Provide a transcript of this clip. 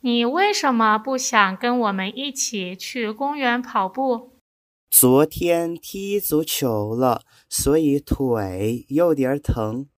你为什么不想跟我们一起去公园跑步？昨天踢足球了，所以腿有点疼。